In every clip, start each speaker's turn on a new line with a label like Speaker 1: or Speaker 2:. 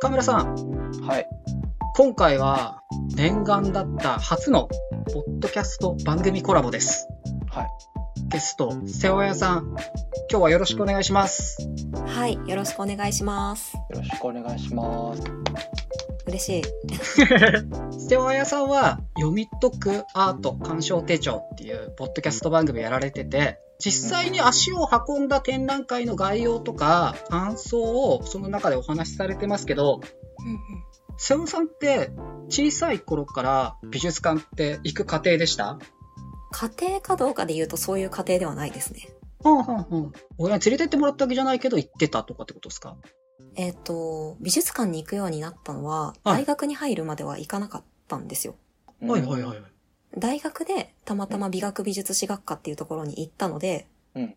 Speaker 1: 岡村さん、
Speaker 2: はい。
Speaker 1: 今回は念願だった初のポッドキャスト番組コラボです。
Speaker 2: はい。
Speaker 1: ゲスト、瀬尾屋さん、今日はよろしくお願いします。
Speaker 3: はい、よろしくお願いします。
Speaker 2: よろしくお願いします。
Speaker 3: 嬉しい。
Speaker 1: 瀬尾屋さんは、読み解くアート鑑賞手帳っていうポッドキャスト番組やられてて、実際に足を運んだ展覧会の概要とか感想をその中でお話しされてますけど、瀬尾さんって小さい頃から美術館って行く過程でした
Speaker 3: 家庭かどうかで言うとそういう家庭ではないですね。
Speaker 1: はんはんはん。親に連れてってもらったわけじゃないけど行ってたとかってことですか
Speaker 3: えっ、と、美術館に行くようになったのは、
Speaker 1: はい
Speaker 3: 大学に入るまでは行かなかったんですよ。
Speaker 1: はいはいはい。
Speaker 3: 大学でたまたま美学美術史学科っていうところに行ったので、
Speaker 2: うん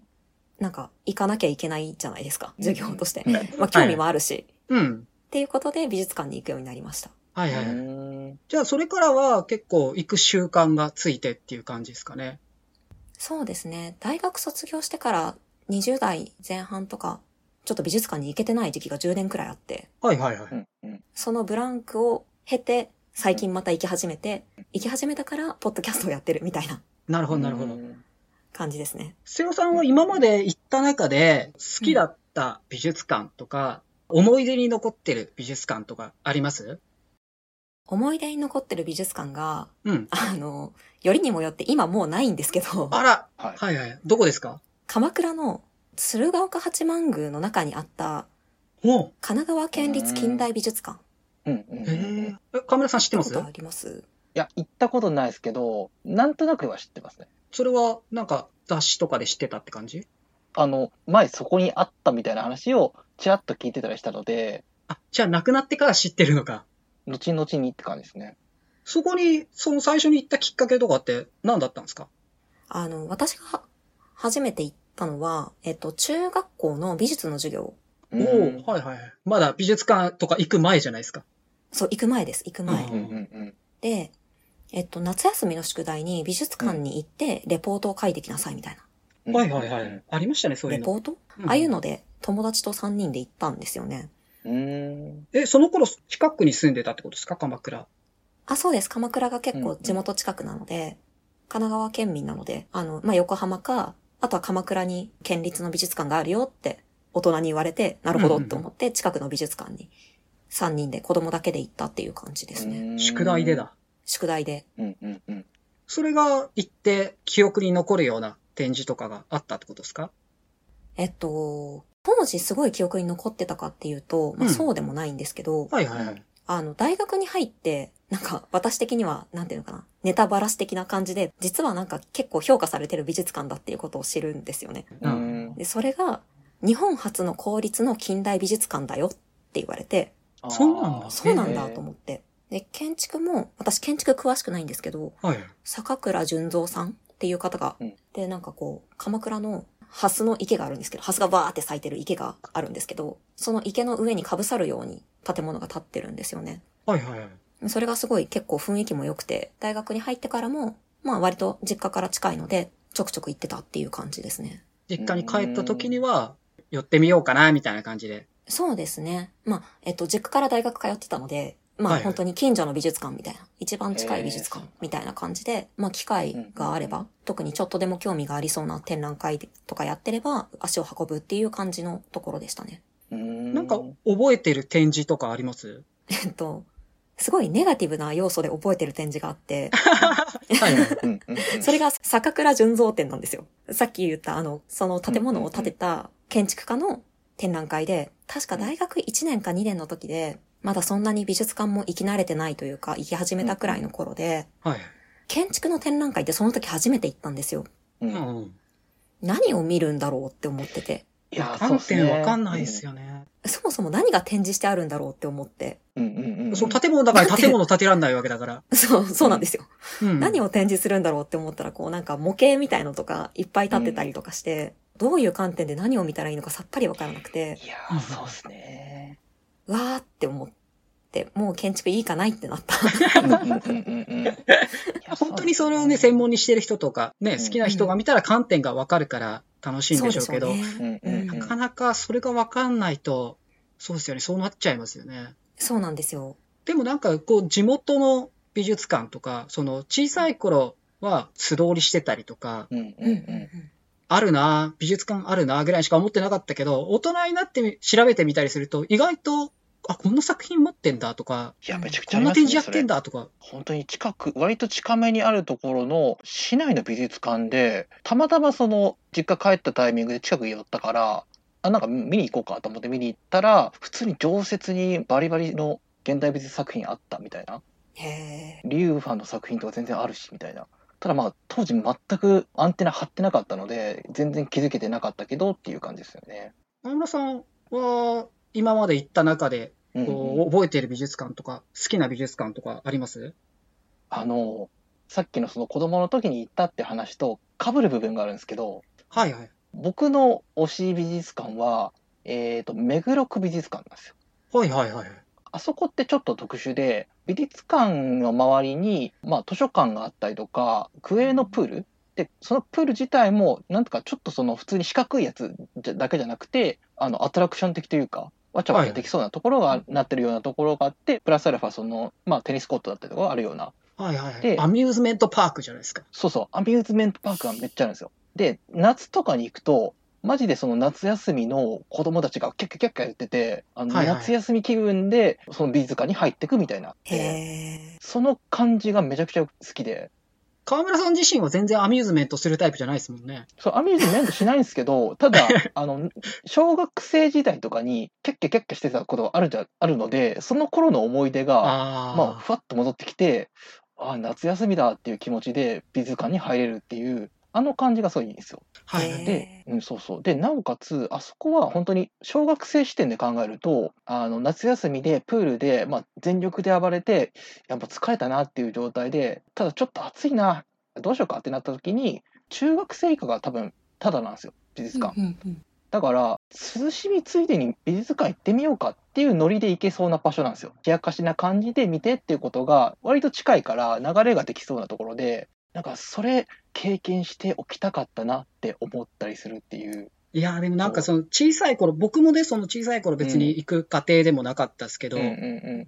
Speaker 3: なんか行かなきゃいけないじゃないですか、
Speaker 2: うん
Speaker 3: 授業として。
Speaker 2: うん
Speaker 3: まあ興味もあるし、
Speaker 1: うん。
Speaker 3: っていうことで美術館に行くようになりました。
Speaker 1: は
Speaker 2: う
Speaker 1: いはいはい。
Speaker 2: ーん。
Speaker 1: じゃあそれからは結構行く習慣がついてっていう感じですかね。
Speaker 3: そうですね。大学卒業してから20代前半とか、ちょっと美術館に行けてない時期が10年くらいあって、
Speaker 1: はいはいは
Speaker 2: う。んうん。
Speaker 3: そのブランクを経て、最近また行き始めて、行き始めたから、ポッドキャストをやってるみたいな
Speaker 1: なるほどなるほど。
Speaker 3: 感じですね。
Speaker 1: 瀬尾さんは今まで行った中で好きだった美術館とか、思い出に残ってる美術館とかあります
Speaker 3: 思い出に残ってる美術館が、
Speaker 1: うん。
Speaker 3: あの、よりにもよって今もうないんですけど、
Speaker 1: あら
Speaker 2: はい。
Speaker 1: はいはい。どこですか
Speaker 3: 鎌倉の鶴岡八幡宮の中にあった
Speaker 1: お
Speaker 3: 神奈川県立近代美術館。
Speaker 2: うんうんうん
Speaker 1: へ
Speaker 2: うん。
Speaker 1: え
Speaker 2: い。
Speaker 1: え、カメラさん知ってま
Speaker 3: 行ったこ
Speaker 1: す
Speaker 3: とあります
Speaker 2: や、行ったことないですけど、なんとなくは知ってますね。
Speaker 1: それはなんか雑誌とかで知ってたって感じ
Speaker 2: あの、前そこにあったみたいな話をちらっと聞いてたりしたので、
Speaker 1: あ、じゃあ亡くなってから知ってるのか。
Speaker 2: 後々にって感じですね。
Speaker 1: そこに、その最初に行ったきっかけとかって何だったんですか
Speaker 3: あの、私が初めて行ったのは、えっと、中学校の美術の授業。
Speaker 2: お
Speaker 1: おおはいはいはい。まだ美術館とか行く前じゃないですか。
Speaker 3: そう、行く前です、行く前。
Speaker 1: うん
Speaker 2: うんうんうん。
Speaker 3: で、えっと、夏休みの宿題に美術館に行って、レポートを書いてきなさいみたい
Speaker 2: うんうん。
Speaker 1: ありましたね、そういう
Speaker 3: な。レ
Speaker 1: の。
Speaker 3: ポート、
Speaker 1: うん
Speaker 3: ああいうので、友達と3人で行ったんですよね。
Speaker 2: うーん。
Speaker 1: え、その頃、近くに住んでたってことですか鎌倉。
Speaker 3: あ、そうです。鎌倉が結
Speaker 2: うんう
Speaker 3: 構
Speaker 2: ん
Speaker 3: 地元近くなので、神奈川県民なので、あの、まあ、横浜か、あとは鎌倉に県立の美術館があるよって、大人に言われて、なるほどって思って、近くの美術館に3人で子供だけで行ったっていう感じですね。
Speaker 2: うん
Speaker 1: 宿題で。だ。
Speaker 3: 宿題で。
Speaker 2: うんうんうん。
Speaker 1: それが行って記憶に残るような展示とかがあったってことですか
Speaker 3: えっと、当時すごい記憶に残ってたかっていうと、ま
Speaker 1: う
Speaker 3: あ、
Speaker 1: ん
Speaker 3: そうでもないんですけど、
Speaker 1: はい
Speaker 2: はいはい。
Speaker 3: あの、大学に入って、なんか、私的には、なんていうのかな、ネタバラし的な感じで、実はなんか結構評価されてる美術館だっていうことを知るんですよね。
Speaker 1: う
Speaker 2: う
Speaker 1: ん
Speaker 2: ん。
Speaker 3: で、それが、日本初の公立の近代美術館だよって言われて、
Speaker 2: あー
Speaker 1: そうなんだ
Speaker 3: そうなんだと思って。で、建築も、私建築詳しくないんですけど、
Speaker 1: はい。
Speaker 3: 坂倉淳三さんっていう方が、
Speaker 2: うん
Speaker 3: で、なんかこう、鎌倉のハスの池があるんですけど、ハスがバーって咲いてる池があるんですけど、その池の上に被さるように建物が建ってるんですよね。
Speaker 1: はいはいはい。
Speaker 3: それがすごい結構雰囲気も良くて、大学に入ってからも、まあ割と実家から近いので、ちょくちょく行ってたっていう感じですね。
Speaker 1: 実家に帰った時には、寄ってみようかな、みたいな感じで。
Speaker 3: そうですね。まあ、えっと、実家から大学通ってたので、ま
Speaker 1: は
Speaker 3: あ
Speaker 1: い
Speaker 3: 本当に近所の美術館みたいな、一番近い美術館
Speaker 2: へー
Speaker 3: みたいな感じで、まあ機会があれば、特にちょっとでも興味がありそうな展覧会とかやってれば、足を運ぶっていう感じのところでしたね。
Speaker 2: うーん。
Speaker 1: なんか覚えてる展示とかあり ます
Speaker 3: えっと、すごいネガティブな要素で覚えてる展示があって、
Speaker 1: はいはい。
Speaker 2: うんうん うん
Speaker 3: それが坂倉純造展なんですよ。さっき言ったあの、その建物を建てた建築家の展覧会で、確か大学1年か2年の時で、まだそんなに美術館も行き慣れてないというか、行き始めたくらいの頃で、
Speaker 1: はい。
Speaker 3: 建築の展覧会ってその時初めて行ったんですよ。
Speaker 2: う
Speaker 1: うんんうん。
Speaker 3: 何を見るんだろうって思ってて、
Speaker 2: いやー、そう
Speaker 1: 観
Speaker 2: っすね
Speaker 1: 点わかんないですよね。
Speaker 3: そもそも何が展示してあるんだろうって思って、
Speaker 2: うんうんうんうん。
Speaker 1: その建物だから建物建てらんないわけだから。
Speaker 3: そう、そうなんですよ。
Speaker 1: うん
Speaker 3: 何を展示するんだろうって思ったら、こうなんか模型みたいのとかいっぱい立ってたりとかして、どういう観点で何を見たらいいのかさっぱりわからなくて、
Speaker 2: いやー、そうっすね。
Speaker 3: わーって思っって、もう建築いいかないってなった。
Speaker 2: うんうんうんうんうんいや
Speaker 1: 本当にそれをね、専門にしてる人とか、ね、
Speaker 2: うん
Speaker 1: 好きな人が見たら観点がわかるから楽しいんでしょうけど、
Speaker 3: そうでしょうね。
Speaker 2: うんうんうん
Speaker 1: なかなかそれがわかんないと、そうですよね、そうなっちゃいますよね。
Speaker 3: そうなんですよ。
Speaker 1: でもなんか、こう、地元の美術館とか、その、小さい頃は素通りしてたりとか、
Speaker 2: うんうん
Speaker 3: うんうん
Speaker 2: うん
Speaker 3: うん
Speaker 1: あるなぁ美術館あるなぁぐらいしか思ってなかったけど、大人になってみ調べてみたりすると、意外と、あ、こんな作品持ってんだとか、
Speaker 2: いやめちゃくちゃ
Speaker 1: こ
Speaker 2: あ
Speaker 1: んな
Speaker 2: ります
Speaker 1: 展
Speaker 2: ね
Speaker 1: 示やってんだとか、
Speaker 2: 本当に近く割と近めにあるところの市内の美術館でたまたまその実家帰ったタイミングで近くに寄ったからあなんか見に行こうかと思って見に行ったら普通に常設にバリバリの現代美術作品あったみたいな
Speaker 3: へえ。
Speaker 2: リュウファンの作品とか全然あるしみたいなただまあ当時全くアンテナ張ってなかったので全然気づけてなかったけどっていう感じですよね。
Speaker 1: 野村さんは、今まで行った中で、
Speaker 2: うんうん
Speaker 1: こう、覚えてる美術館とか、好きな美術館とかあります
Speaker 2: あのさっきのその子供の時に行ったって話と被る部分があるんですけど
Speaker 1: はいはい。
Speaker 2: 僕の推し美術館は、えー、と目黒区美術館なんですよ。
Speaker 1: はいはいはい。
Speaker 2: あそこってちょっと特殊で美術館の周りに、まあ、図書館があったりとかクエのプールでそのプール自体もなんとかちょっとその普通に四角いやつじゃだけじゃなくてあのアトラクション的というかわちゃわちゃできそうなところが、なってるようなところがあってプラスアルファその、まあ、テニスコートだったりとかあるような
Speaker 1: はいはいはい。
Speaker 2: で
Speaker 1: アミューズメントパークじゃないですか。
Speaker 2: そうそう、アミューズメントパークがめっちゃあるんですよ。で、夏とかに行くと、マジでその夏休みの子供たちがキャッキャキャッキャやってて、あの
Speaker 1: はいはい
Speaker 2: 夏休み気分でその美術館に入ってくみたいな。
Speaker 3: へえ。
Speaker 2: その感じがめちゃくちゃ好きで、
Speaker 1: 川村さん自身は全然アミューズメントするタイプじゃないですもんね。
Speaker 2: そうアミューズメントしないんですけど、ただ、あの、小学生時代とかにキャッキャキャッキャしてたことがあるじゃ、あるので、その頃の思い出が、
Speaker 1: ああ。
Speaker 2: まあ、ふわっと戻ってきて、ああ、夏休みだっていう気持ちで美術館に入れるっていう、あの感じがすごいいいんですよ。
Speaker 1: はいはい。
Speaker 2: で、うん、そうそう。で、なおかつ、あそこは本当に小学生視点で考えると、あの、夏休みでプールで、まあ、全力で暴れて、やっぱ疲れたなっていう状態で、ただちょっと暑いな、どうしようかってなった時に、中学生以下が多分、ただなんですよ、美術館。
Speaker 3: うんうん
Speaker 2: だから、涼しみついでに美術館行ってみようかっていうノリで行けそうな場所なんですよ。冷やかしな感じで見てっていうことが、割と近いから流れができそうなところで、なんかそれ経験しておきたかったなって思ったりするっていう。
Speaker 1: いやー、でもなんかその小さい頃、僕もね、その小さい頃別に行く過程でもなかったですけど、
Speaker 2: うんうん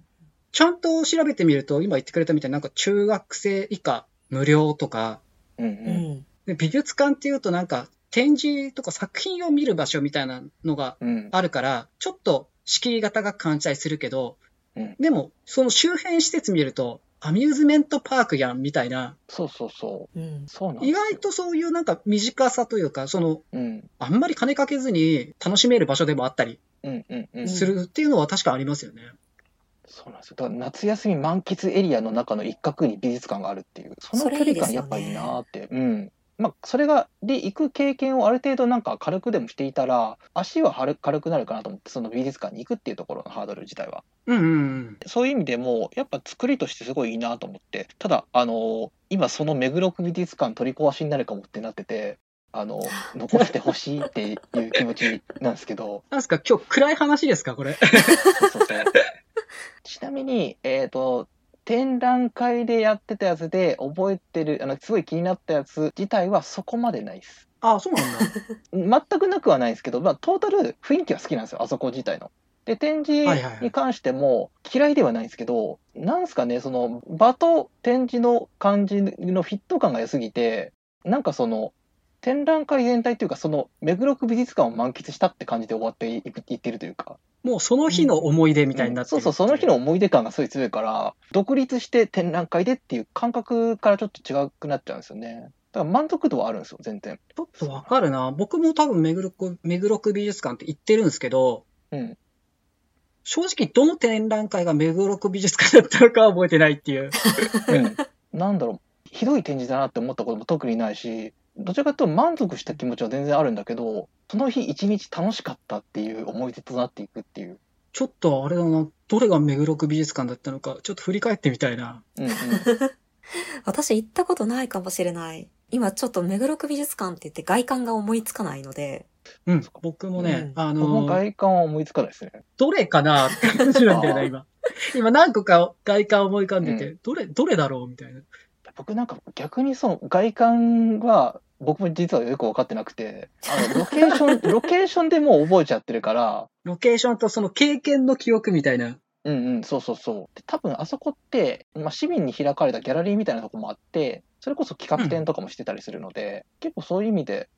Speaker 1: ちゃんと調べてみると、今言ってくれたみたいになんか中学生以下無料とか、
Speaker 2: うん。うん
Speaker 3: う
Speaker 2: うん
Speaker 3: ん。
Speaker 1: で美術館っていうとなんか展示とか作品を見る場所みたいなのが
Speaker 2: うん。
Speaker 1: あるから、ちょっと敷居が高く感じたりするけど、
Speaker 2: うん
Speaker 1: でもその周辺施設見ると、アミューズメントパークやんみたいな、
Speaker 2: そうそうそう。
Speaker 3: うん。
Speaker 2: そうなんです
Speaker 1: 意
Speaker 2: よ
Speaker 1: 外、とそういうなんか短さというか、その、
Speaker 2: うん。
Speaker 1: あんまり金かけずに楽しめる場所でもあったり
Speaker 2: うんうんうん。
Speaker 1: するっていうのは確かありますよね。
Speaker 2: そうなんですよ。だから夏休み満喫エリアの中の一角に美術館があるっていう、その距離感やっぱいいなーって。うん。まあ、それが、で、行く経験をある程度なんか軽くでもしていたら、足ははる軽くなるかなと思って、その美術館に行くっていうところのハードル自体は。
Speaker 1: うんうんうん。
Speaker 2: そういう意味でも、やっぱ作りとしてすごいいいなと思って、ただ、あのー今その目黒区美術館取り壊しになるかもってなってて、あ のー残してほしいっていう気持ちなんですけど、
Speaker 1: なんですか今日暗い話ですかこ れ。
Speaker 2: そうそうそう ちなみに、えー、と展覧会でやってたやつで覚えてるあのすごい気になったやつ自体はそこまでないです
Speaker 1: ああ、そうなんだ。
Speaker 2: 全くなくはないですけど、まあ、トータル雰囲気は好きなんですよあそこ自体の。で展
Speaker 1: はいはいは
Speaker 2: 示
Speaker 1: い
Speaker 2: に関しても嫌いではないんですけど、なんすかねその場と展示の感じのフィット感が良すぎてなんかその展覧会全体というかその目黒区美術館を満喫したって感じで終わっていくいってるというか
Speaker 1: もうその日の思い出みたいになって
Speaker 2: そう
Speaker 1: る
Speaker 2: そうその日の。思い出感がすごい強いから独立して展覧会でっていう感覚からちょっと違くなっちゃうんですよねだから満足度はあるんですよ全然
Speaker 1: ちょっとわかるな。僕も多分目黒区、目黒区美術館って行ってるんですけど、
Speaker 2: うん
Speaker 1: 正直どの展覧会が目黒区美術館だったのかは覚えてないっていう。
Speaker 2: うんなんだろうひどい展示だなって思ったことも特にないしどちらかというと満足した気持ちは全然あるんだけどその日一日楽しかったっていう思い出となっていくっていう、
Speaker 1: ちょっとあれだな。どれが目黒区美術館だったのか、ちょっと振り返ってみたいな。
Speaker 2: うん うん、
Speaker 3: 私行ったことないかもしれない。今ちょっと目黒区美術館って言って外観が思いつかないので。
Speaker 1: うん。僕もね、
Speaker 3: う
Speaker 1: あ
Speaker 2: 僕も
Speaker 1: のー
Speaker 2: 外観は思いつかないですね
Speaker 1: どれかなって感じなんだよ
Speaker 2: あ
Speaker 1: ね、
Speaker 2: ー
Speaker 1: 今。今何個か外観思い浮かんでて、
Speaker 2: う
Speaker 1: どれ、どれだろうみたいな。
Speaker 2: 僕なんか逆にその外観は僕も実はよく分かってなくてあのロケーションロケーションでもう覚えちゃってるから
Speaker 1: ロケーションとその経験の記憶みたいな。
Speaker 2: うんうんそうそうそうで多分あそこって、まあ、市民に開かれたギャラリーみたいなとこもあってそれこそ企画展とかもしてたりするので、結構そういう意味で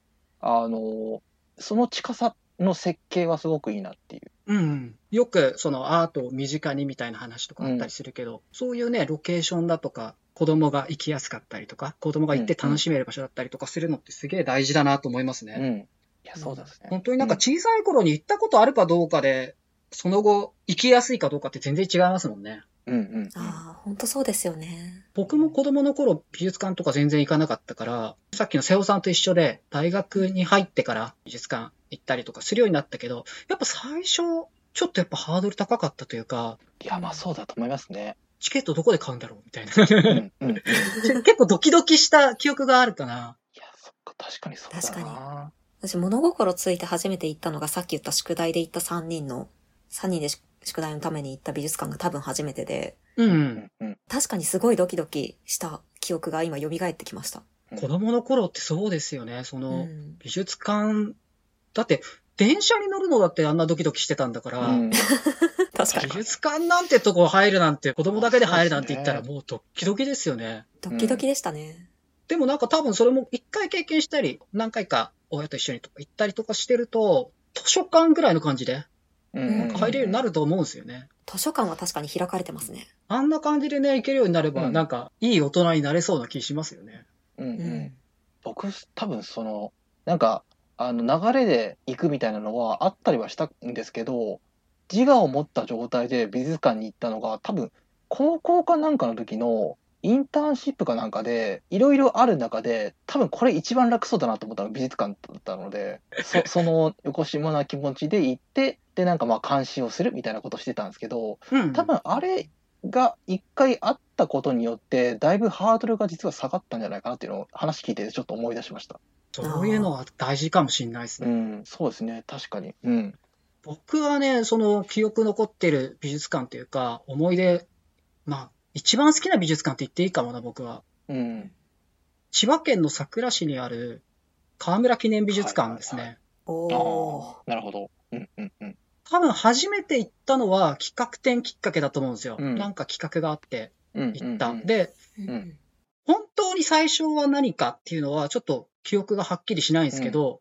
Speaker 2: あのその近さの設計はすごくいいなっていう
Speaker 1: うんうん。よくそのアートを身近にみたいな話とかあったりするけど、そういうね、ロケーションだとか、子供が行きやすかったりとか、子供が行って楽しめる場所だったりとかするのってすげえ大事だなと思いますね。
Speaker 2: うんいやそうですね
Speaker 1: 本当になんか小さい頃に行ったことあるかどうかで、その後行きやすいかどうかって全然違いますもんね。
Speaker 2: うんうんうん
Speaker 3: ああ、本当そうですよね。
Speaker 1: 僕も子供の頃美術館とか全然行かなかったから、さっきの瀬尾さんと一緒で大学に入ってから美術館行ったりとかするようになったけど、やっぱ最初ちょっとやっぱハードル高かったというか、
Speaker 2: いやまあそうだと思いま すね
Speaker 1: チケットどこで買うんだろうみ たいな。
Speaker 2: うんうんいや
Speaker 1: 結構ドキドキした記憶があるかな。
Speaker 2: そっか確かにそうだな
Speaker 3: 私物心ついて初めて行ったのがさっき言った宿題で行った3人の、3人で宿宿題のために行った美術館が多分初めてで、
Speaker 1: うん、
Speaker 2: うんうん
Speaker 3: 確かにすごいドキドキした記憶が今蘇ってきました。
Speaker 2: うん
Speaker 1: 子供の頃ってそうですよね。そうの
Speaker 3: ん、
Speaker 1: 美術館、だって電車に乗るのだってあんなドキドキしてたんだから、
Speaker 2: うん
Speaker 3: 確か
Speaker 1: 美
Speaker 3: に。
Speaker 1: 術館なんてとこ入るなんて、子供だけで入るなんて言ったら
Speaker 2: そうです
Speaker 1: もうドッキドキですよね。
Speaker 3: ドキドキでしたね。
Speaker 1: でもなんか多分それも一回経験したり、何回か親と一緒にとか行ったりとかしてると、図書館ぐらいの感じで
Speaker 2: うん
Speaker 1: 入れるようになると思うんですよね。
Speaker 3: 図書館は確かに開かれてますね。
Speaker 1: あんな感じでね、行けるようになれば、
Speaker 2: うん
Speaker 1: なんかいい大人になれそうな気しますよね。
Speaker 2: うんう。
Speaker 3: うん
Speaker 2: 僕多分そのなんかあの流れで行くみたいなのはあったりはしたんですけど自我を持った状態で美術館に行ったのが多分高校かなんかの時のインターンシップかなんかでいろいろある中で多分これ一番楽そうだなと思ったのが美術館だったのでそその横島な気持ちで行ってでなんかまあ監視をするみたいなことしてたんですけど
Speaker 1: うん。
Speaker 2: 多分あれが一回あったことによってだいぶハードルが実は下がったんじゃないかなっていうのを話聞いてちょっと思い出しました
Speaker 1: そういうのは大事かもしれないですね。
Speaker 2: うんそうですね確かにうん
Speaker 1: 僕はね、その記憶残ってる美術館というか、思い出、まあ、一番好きな美術館って言っていいかもな、僕は。
Speaker 2: うん
Speaker 1: 千葉県の佐倉市にある河村記念美術館ですね。
Speaker 2: はい
Speaker 3: お
Speaker 2: ああ
Speaker 3: ー。
Speaker 2: なるほどうんうんうん
Speaker 1: 多分初めて行ったのは企画展きっかけだと思うんですよ。
Speaker 2: うん
Speaker 1: なんか企画があって
Speaker 2: うん
Speaker 1: 行った。
Speaker 2: うん
Speaker 1: で、
Speaker 3: うん
Speaker 1: 本当に最初は何かっていうのはちょっと記憶がはっきりしないんですけど、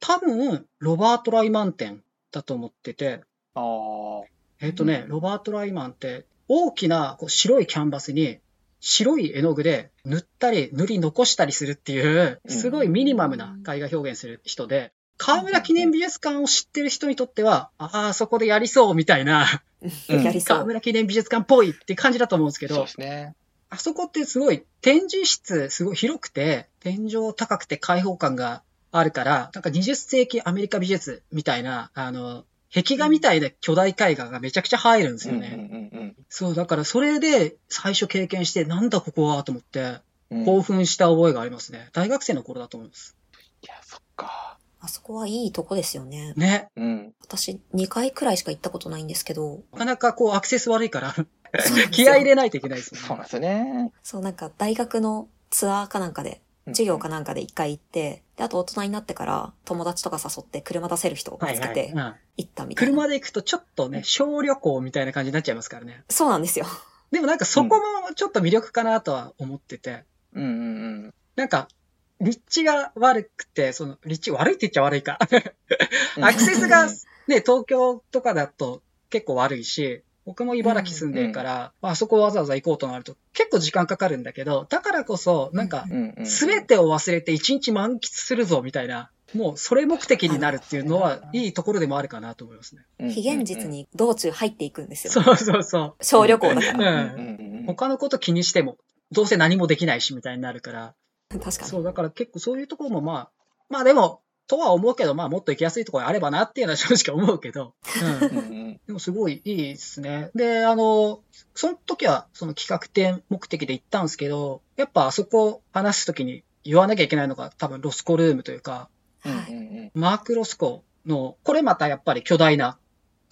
Speaker 1: 多分ロバート・ライマン展だと思ってて、
Speaker 2: ああ
Speaker 1: えっ、とね、
Speaker 3: うん
Speaker 1: ロバート・ライマンって大きなこう白いキャンバスに白い絵の具で塗ったり塗り残したりするっていう、
Speaker 2: うん
Speaker 1: すごいミニマムな絵画表現する人で、河村記念美術館を知ってる人にとっては、ああ、そこでやりそうみたいな、
Speaker 2: うん
Speaker 3: やりそ
Speaker 1: 河
Speaker 3: う。
Speaker 1: 村記念美術館っぽいって感じだと思うんですけ
Speaker 2: そう
Speaker 1: ど
Speaker 2: で、すね
Speaker 1: あそこってすごい展示室すごい広くて、天井高くて開放感があるから、なんか20世紀アメリカ美術みたいな、あの、壁画みたいな巨大絵画がめちゃくちゃ入るんです
Speaker 2: うん
Speaker 1: よ
Speaker 2: うん
Speaker 1: ね。
Speaker 2: うん
Speaker 1: そう、だからそれで最初経験して、なんだここはと思って、
Speaker 2: うんうん
Speaker 1: 興
Speaker 2: い
Speaker 1: 奮した覚えがありますね。大学生の頃だと思います。
Speaker 2: やそっか
Speaker 3: あそこはいいとこですよね。
Speaker 1: ね。
Speaker 2: うん
Speaker 3: 私、2回くらいしか行ったことないんですけど。
Speaker 1: なかなかこうアクセス悪いから、
Speaker 3: そうなんです
Speaker 1: 気
Speaker 3: よ
Speaker 1: 合い入れないといけないです
Speaker 2: そ
Speaker 1: よ
Speaker 2: うなん
Speaker 1: ね。
Speaker 2: ですよね
Speaker 3: そう、なんか大学のツアーかなんかで、授業かなんかで一回行って、で、あと大人になってから友達とか誘って車出せる人を
Speaker 1: は
Speaker 3: 見
Speaker 1: い
Speaker 3: つ
Speaker 1: は
Speaker 3: け
Speaker 1: い。
Speaker 3: て
Speaker 1: うん
Speaker 3: 行ったみたいな。
Speaker 1: 車で行くとちょっとね、小旅行みたいな感じになっちゃいますからね。
Speaker 3: そうなんですよ。
Speaker 1: でもなんかそこもちょっと魅力かなとは思ってて、
Speaker 2: うんうんうん
Speaker 1: なんか、立地が悪くて、その、立地悪いって言っちゃ悪いか。
Speaker 2: うん
Speaker 1: アクセスが
Speaker 2: うん、
Speaker 1: ね、東京とかだと結構悪いし、僕も茨城住んでるから、まああそこわざわざ行こうとなると結構時間かかるんだけど、だからこそ、なんか
Speaker 3: う、
Speaker 2: うんうん
Speaker 1: すべてを忘れて一日満喫するぞみたいな、もうそれ目的になるっていうのは、いいところでもあるかなと思いますね。
Speaker 2: うんうんうん
Speaker 3: 非現実に道中入っていくんですよ。
Speaker 1: そうそうそう。
Speaker 3: 小旅行だから。
Speaker 2: うんうんうん
Speaker 1: 他のこと気にしても、どうせ何もできないしみたいになるから、
Speaker 3: 確か
Speaker 1: そ
Speaker 3: に。
Speaker 1: う、だから結構そういうところもまあ、まあでも、とは思うけど、まあもっと行きやすいところあればなっていうのは正直思うけど、うん
Speaker 2: うんうん
Speaker 1: でもすごいいいですね。で、あの、その時はその企画展目的で行ったんですけど、やっぱあそこ話す時に言わなきゃいけないのが多分ロスコルームというか、
Speaker 3: はい
Speaker 2: うん
Speaker 1: マーク・ロスコの、これまたやっぱり巨大な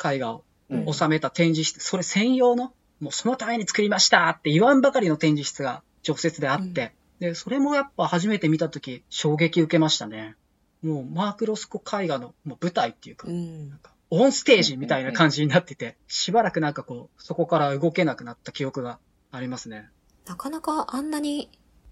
Speaker 1: 絵画を
Speaker 2: うんうん
Speaker 1: 収めた展示室、それ専用のもうそのために作りましたって言わんばかりの展示室が常設であって、で、それもやっぱ初めて見たとき、衝撃受けましたね。もうマーク・ロスコ絵画のもう舞台っていうか、
Speaker 3: うん。
Speaker 1: オンステージみたいな感じになってて、しばらくなんかこう、そこから動けなくなった記憶がありますね。
Speaker 3: なかなかあんなに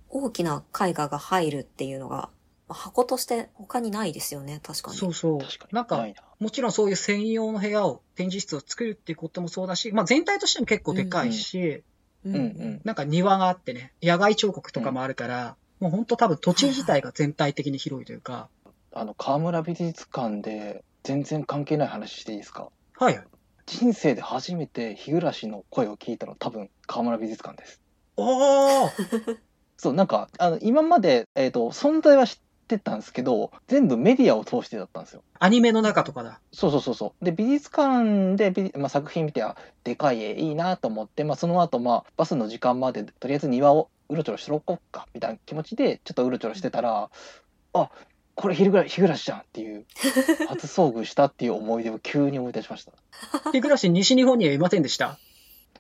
Speaker 3: 大きな絵画が入るっていうのが、まあ箱として他にないですよね、確かに。
Speaker 1: そうそう
Speaker 2: 確か。に。
Speaker 1: なんか
Speaker 2: な、いな
Speaker 1: もちろんそういう専用の部屋を、展示室を作るっていうこともそうだし、まあ全体としても結構でかいし、
Speaker 3: う
Speaker 2: うんうん。
Speaker 1: なんか庭があってね、野外彫刻とかもあるから、もうほんと多分土地自体が全体的に広いというか、
Speaker 2: あの、河村美術館で全然関係ない話していいですか
Speaker 1: はい。
Speaker 2: 人生で初めて日暮の声を聞いたの多分河村美術館です。
Speaker 1: おー
Speaker 2: そう、なんか、あの、今まで、えっ、と、存在は知ってたんですけど、全部メディアを通してだったんですよ。
Speaker 1: アニメの中とかだ。
Speaker 2: そうそうそうそう。で、美術館で美、まあ、作品見て、あ、でかい絵いいなと思って、まあ、その後、まあ、バスの時間まで、とりあえず庭をうろちょろしとこうか、みたいな気持ちで、ちょっとうろちょろしてたら、あ、これ日暮ら日暮らしじゃんって いう、初遭遇したっていう思い出を急に思い出しました。い
Speaker 1: 日暮らし西日本にはいませんでした。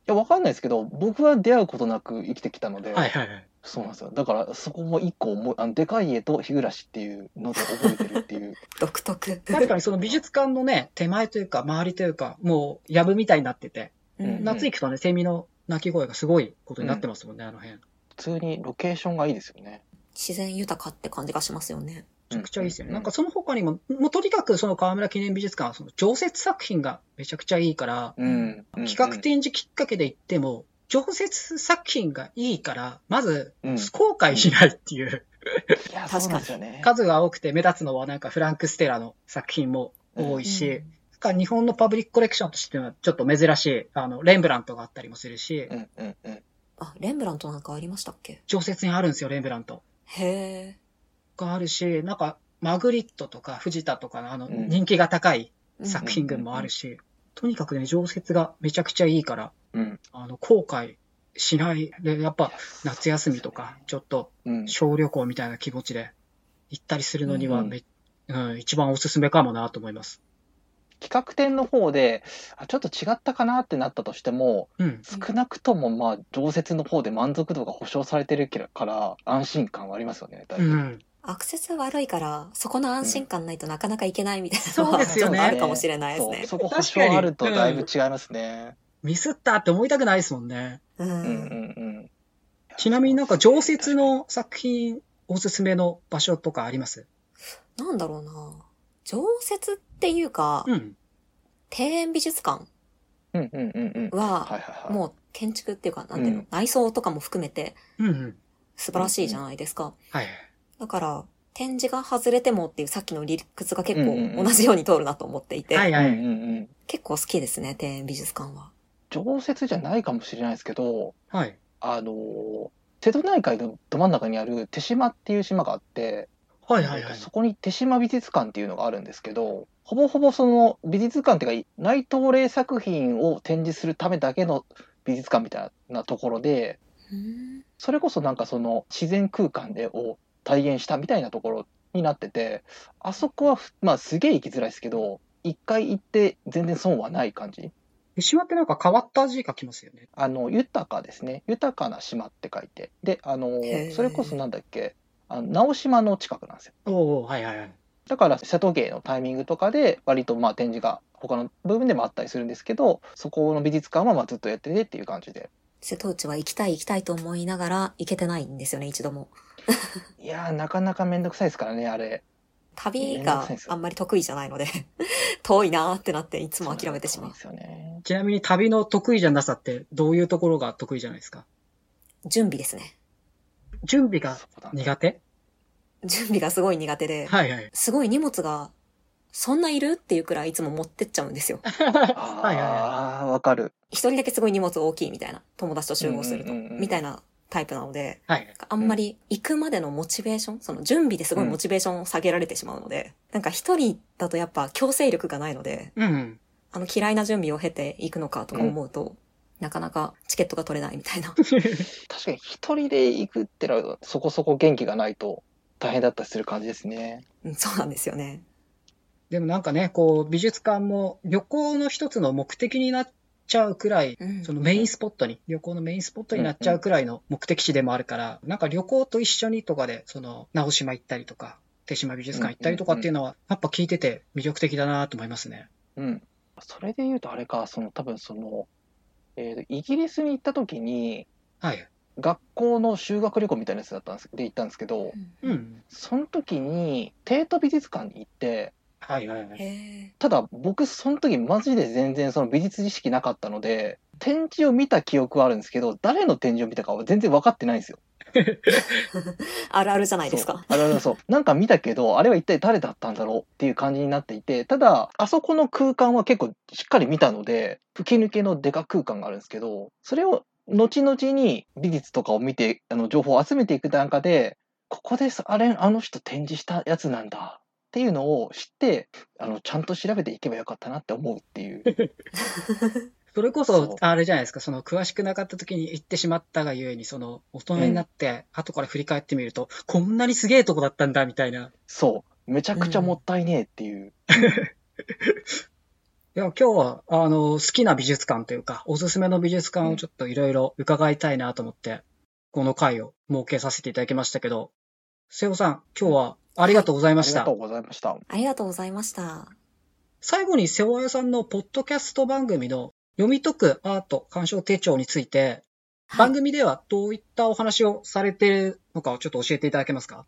Speaker 2: や、わかんないですけど、僕は出会うことなく生きてきたので、
Speaker 1: はいはいはい。
Speaker 2: そうなんですよ。だから、そこも一個思い、あの、でかい絵と日暮らしっていうので覚えてるっていう。
Speaker 3: 独特。
Speaker 1: 確かにその美術館のね、手前というか、周りというか、もう、やぶみたいになってて、
Speaker 3: うん
Speaker 1: 夏行くとね、セミの鳴き声がすごいことになってますもんね、あの辺。め
Speaker 2: 普通にロケーションがいいです よね。
Speaker 3: 自然豊かって感じがしますよね。
Speaker 1: ちゃくちゃいいですよね。
Speaker 2: う
Speaker 1: なんかその他にも、もうとにかくその河村記念美術館はその常設作品がめちゃくちゃいいから、
Speaker 2: うん、うん
Speaker 1: 企画展示きっかけで言っても、常設作品がいいから、まず
Speaker 2: うん、
Speaker 1: 後悔しないっていう、
Speaker 2: いや、そうなんですよね。
Speaker 1: 数が多くて目立つのはなんかフランク・ステラの作品も多いし、
Speaker 3: うん
Speaker 1: だから日本のパブリックコレクションとしてはちょっと珍しい、あの、レンブラントがあったりもするし、
Speaker 2: うんうんうん。
Speaker 3: あ、レンブラントなんかありましたっけ
Speaker 1: 常設にあるんですよ、レンブラント。
Speaker 3: へえ。
Speaker 1: があるし、なんか、マグリットとか藤田とかのあの、
Speaker 2: うん
Speaker 1: 人気が高い
Speaker 3: うん
Speaker 1: 作品群もあるし、とにかくね、常設がめちゃくちゃいいから、
Speaker 2: うん。
Speaker 1: あの、後悔しない。で、やっぱ、夏休みとか、ちょっと
Speaker 2: うん。
Speaker 1: 小旅行みたいな気持ちで行ったりするのには
Speaker 2: うん
Speaker 1: め、うん一番おすすめかもなと思います。
Speaker 2: 企画展の方で、あ、ちょっと違ったかなってなったとしても、
Speaker 1: うん。
Speaker 2: 少なくとも、まあ、常設の方で満足度が保証されてるから、安心感はありますよね、だいうぶ
Speaker 1: ん。
Speaker 3: アクセス悪いから、そこの安心感ないとなかなかいけないみたいな
Speaker 1: うんそ
Speaker 3: の
Speaker 1: う
Speaker 3: は、
Speaker 1: ですよね
Speaker 3: ちょっとあるかもしれないです
Speaker 2: そう
Speaker 3: ね。
Speaker 2: そこ保証あるとだいぶ違いますね。
Speaker 1: ミスったって思いたくないですもんね。
Speaker 3: う
Speaker 2: うんうん
Speaker 3: ん。
Speaker 2: うん。
Speaker 1: ちなみになんか常設の作品、おすすめの場所とかあります
Speaker 3: なんだろうな常設っていうか、
Speaker 1: うん。
Speaker 3: 庭園美術館
Speaker 2: うんうんうんうん。はい
Speaker 3: は、
Speaker 2: はいはい。
Speaker 3: もう建築っていうか、なんていうの、
Speaker 2: うん
Speaker 3: 内装とかも含めて
Speaker 1: うんうん。
Speaker 3: 素晴らしいじゃないですか。
Speaker 1: はい。
Speaker 3: だから、展示が外れてもっていうさっきの理屈が結
Speaker 2: うんうんう
Speaker 3: 構
Speaker 2: ん
Speaker 3: 同じように通るなと思っていて、
Speaker 1: はいはい。
Speaker 2: うんうんうん。
Speaker 3: 結構好きですね、庭園美術館は。
Speaker 2: 常設じゃないかもしれないですけど、
Speaker 1: はい。
Speaker 2: あのー瀬戸内海のど真ん中にある手島っていう島があって、
Speaker 1: はいはいはい。
Speaker 2: そこに手島美術館っていうのがあるんですけど、ほぼほぼその美術館っていうか、内藤麗作品を展示するためだけの美術館みたいなところで、
Speaker 3: うん
Speaker 2: それこそなんかその自然空間でを体現したみたいなところになってて、あそこはふ、まあすげえ行きづらいですけど、一回行って全然損はない感じ。
Speaker 1: 手島ってなんか変わった字書きますよね。
Speaker 2: あの、豊かですね。豊かな島って書いて。で、あの
Speaker 3: へー、
Speaker 2: それこそなんだっけ、あの直島の近くなんですよ。
Speaker 1: おおはいはいはい。
Speaker 2: だから、瀬戸芸のタイミングとかで、割とまあ展示が他の部分でもあったりするんですけど、そこの美術館はまあずっとやっててっていう感じで。
Speaker 3: 瀬戸内は行きたい行きたいと思いながら行けてないんですよね、一度も。
Speaker 2: いやー、なかなかめんどくさいですからね、あれ。
Speaker 3: 旅があんまり得意じゃないので、 遠いなーってなっていつも諦めてしまう
Speaker 2: そ。なんですよね。
Speaker 1: ちなみに旅の得意じゃなさってどういうところが得意じゃないですか
Speaker 3: 準備ですね。
Speaker 1: 準備が
Speaker 2: そうなんです
Speaker 1: 苦手
Speaker 3: 準備がすごい苦手で、
Speaker 1: はいはい。
Speaker 3: すごい荷物が、そんないるっていうくらいいつも持ってっちゃうんですよ。
Speaker 1: はいはいは
Speaker 2: ああ、わかる。
Speaker 3: 一人だけすごい荷物大きいみたいな、友達と集合すると、
Speaker 2: うんうんうんうん
Speaker 3: みたいなタイプなので、
Speaker 1: い。はい。
Speaker 3: あんまり行くまでのモチベーション、その準備ですごいモチベーションを下げられてしまうので、なんか一人だとやっぱ強制力がないので、
Speaker 1: うんうん。
Speaker 3: あの嫌いな準備を経ていくのかとか思うと、なかなかチケットが取れないみたいな。
Speaker 2: 確かに一人で行くってのは、そこそこ元気がないと大変だったりする感じですね。
Speaker 3: うんそうなんですよね。
Speaker 1: でもなんかね、こう、美術館も旅行の一つの目的になっちゃうくらい、
Speaker 3: うん
Speaker 1: そのメインスポットに、旅行のメインスポットになっちゃうくらいの目的地でもあるから、なんか旅行と一緒にとかで、その、直島行ったりとか、手島美術館行ったりとかっていうのは、やっぱ聞いてて魅力的だなと思いますね。
Speaker 2: うん、それで言うとあれかその多分その、えーとイギリスに行った時に
Speaker 1: はい。
Speaker 2: 学校の修学旅行みたいなやつだったんですで行ったんですけど
Speaker 1: う
Speaker 3: うん
Speaker 1: ん。
Speaker 2: その時に帝都美術館に行って
Speaker 1: はいはいはい。
Speaker 3: へ
Speaker 2: ただ僕その時マジで全然その美術知識なかったので展示を見た記憶はあるんですけど誰の展示を見たかは全然分かってないんですよ。
Speaker 3: えあるあるじゃないです
Speaker 2: そう
Speaker 3: か。
Speaker 2: あれはそうなんか見たけどあれは一体誰だったんだろうっていう感じになっていてただあそこの空間は結構しっかり見たので吹き抜けのデカ空間があるんですけどそれを後々に美術とかを見てあの情報を集めていく中でここですあれあの人展示したやつなんだっていうのを知ってあのちゃんと調べていけばよかったなって思うって いう。
Speaker 1: それこ
Speaker 2: そう
Speaker 1: そ、あれじゃないですか、その詳しくなかった時に行ってしまったがゆえに、その、大人になって、後から振り返ってみると、こんなにすげえとこだったんだ、みたいな。
Speaker 2: そうめちゃくちゃもったいねえっていう、
Speaker 1: いや、今日は、あの、好きな美術館というか、おすすめの美術館をちょっといろいろ伺いたいなと思って、この回を設けさせていただきましたけど、瀬尾さん、今日はありがとうございま
Speaker 2: あり
Speaker 1: し
Speaker 2: が
Speaker 1: た
Speaker 2: と。うございました。
Speaker 3: ありがとうございました。
Speaker 1: 最後に瀬尾彩さんのポッドキャスト番組の読み解くアート鑑賞手帳について、
Speaker 3: はい
Speaker 1: 番組ではどういったお話をされているのかをちょっと教えていただけますか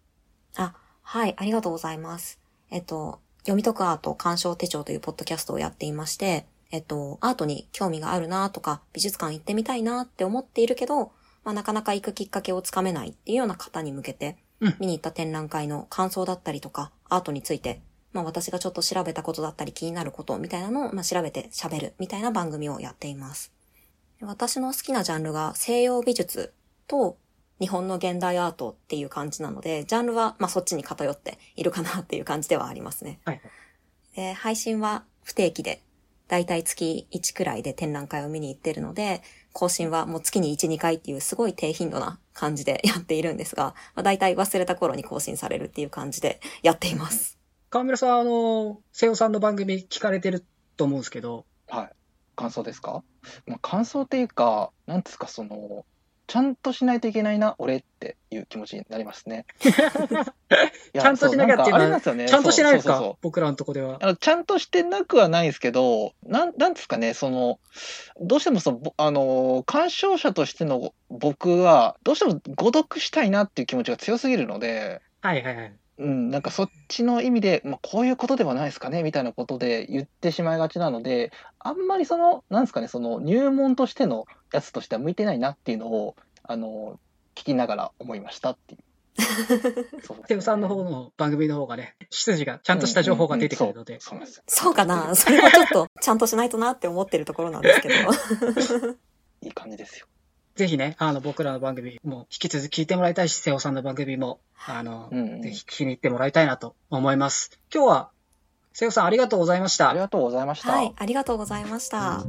Speaker 3: あ、はい、ありがとうございます。えっと、読み解くアート鑑賞手帳というポッドキャストをやっていまして、えっと、アートに興味があるなとか、美術館行ってみたいなって思っているけど、まあ、なかなか行くきっかけをつかめないっていうような方に向けて、
Speaker 1: うん
Speaker 3: 見に行った展覧会の感想だったりとか、アートについて、まあ、私がちょっと調べたことだったり気になることみたいなのを、まあ、調べて喋るみたいな番組をやっています。私の好きなジャンルが西洋美術と日本の現代アートっていう感じなので、ジャンルはまあそっちに偏っているかなっていう感じではありますね。
Speaker 1: はい。
Speaker 3: で配信は不定期で、だいたい月1くらいで展覧会を見に行ってるので、更新はもう月に1、2回っていうすごい低頻度な感じでやっているんですが、まあ、だいたい忘れた頃に更新されるっていう感じでやっています。
Speaker 1: 川村さん、あの、瀬尾さんの番組聞かれてると思うんですけど、
Speaker 2: はい、感想ですか、まあ、感想っていうか、なんですか、その、ちゃんとしないといけないな、俺っていう気持ちになりますね。い や
Speaker 1: ちゃんとしなきゃっていうのは
Speaker 2: そなんかあれなんですよね。
Speaker 1: ちゃんとしてないですか
Speaker 2: そうそうそう
Speaker 1: 僕らのとこでは。
Speaker 2: あのちゃんとしてなくはないですけど、なん、なんですかね、その、どうしてもその、ぼあのー、鑑賞者としての僕は、どうしても誤読したいなっていう気持ちが強すぎるので、
Speaker 1: はいはいはい。
Speaker 2: うん、なんかそっちの意味で、まあ、こういうことではないですかねみたいなことで言ってしまいがちなのであんまりそのなんですかねその入門としてのやつとしては向いてないなっていうのをあの聞きながら思いましたっ ていう。そう
Speaker 1: 瀬尾さんの方の番組の方がね、筋がちゃんとした情報が出てくるの
Speaker 2: うんうんう
Speaker 1: で
Speaker 2: ん。そうそうなんですよ
Speaker 3: そうかなそれはちょっとちゃんとしないとなって思ってるところなんですけど。
Speaker 2: いい感じですよ。
Speaker 1: ぜひね、あの、僕らの番組も引き続き聞いてもらいたいし、瀬尾さんの番組も、あの
Speaker 2: う、んうん
Speaker 1: ぜひ聞きに行ってもらいたいなと思います。今日は、瀬尾さんありがとうございまし
Speaker 2: あ
Speaker 1: た
Speaker 2: り。がとうございました。
Speaker 3: はい、ありがとうございました。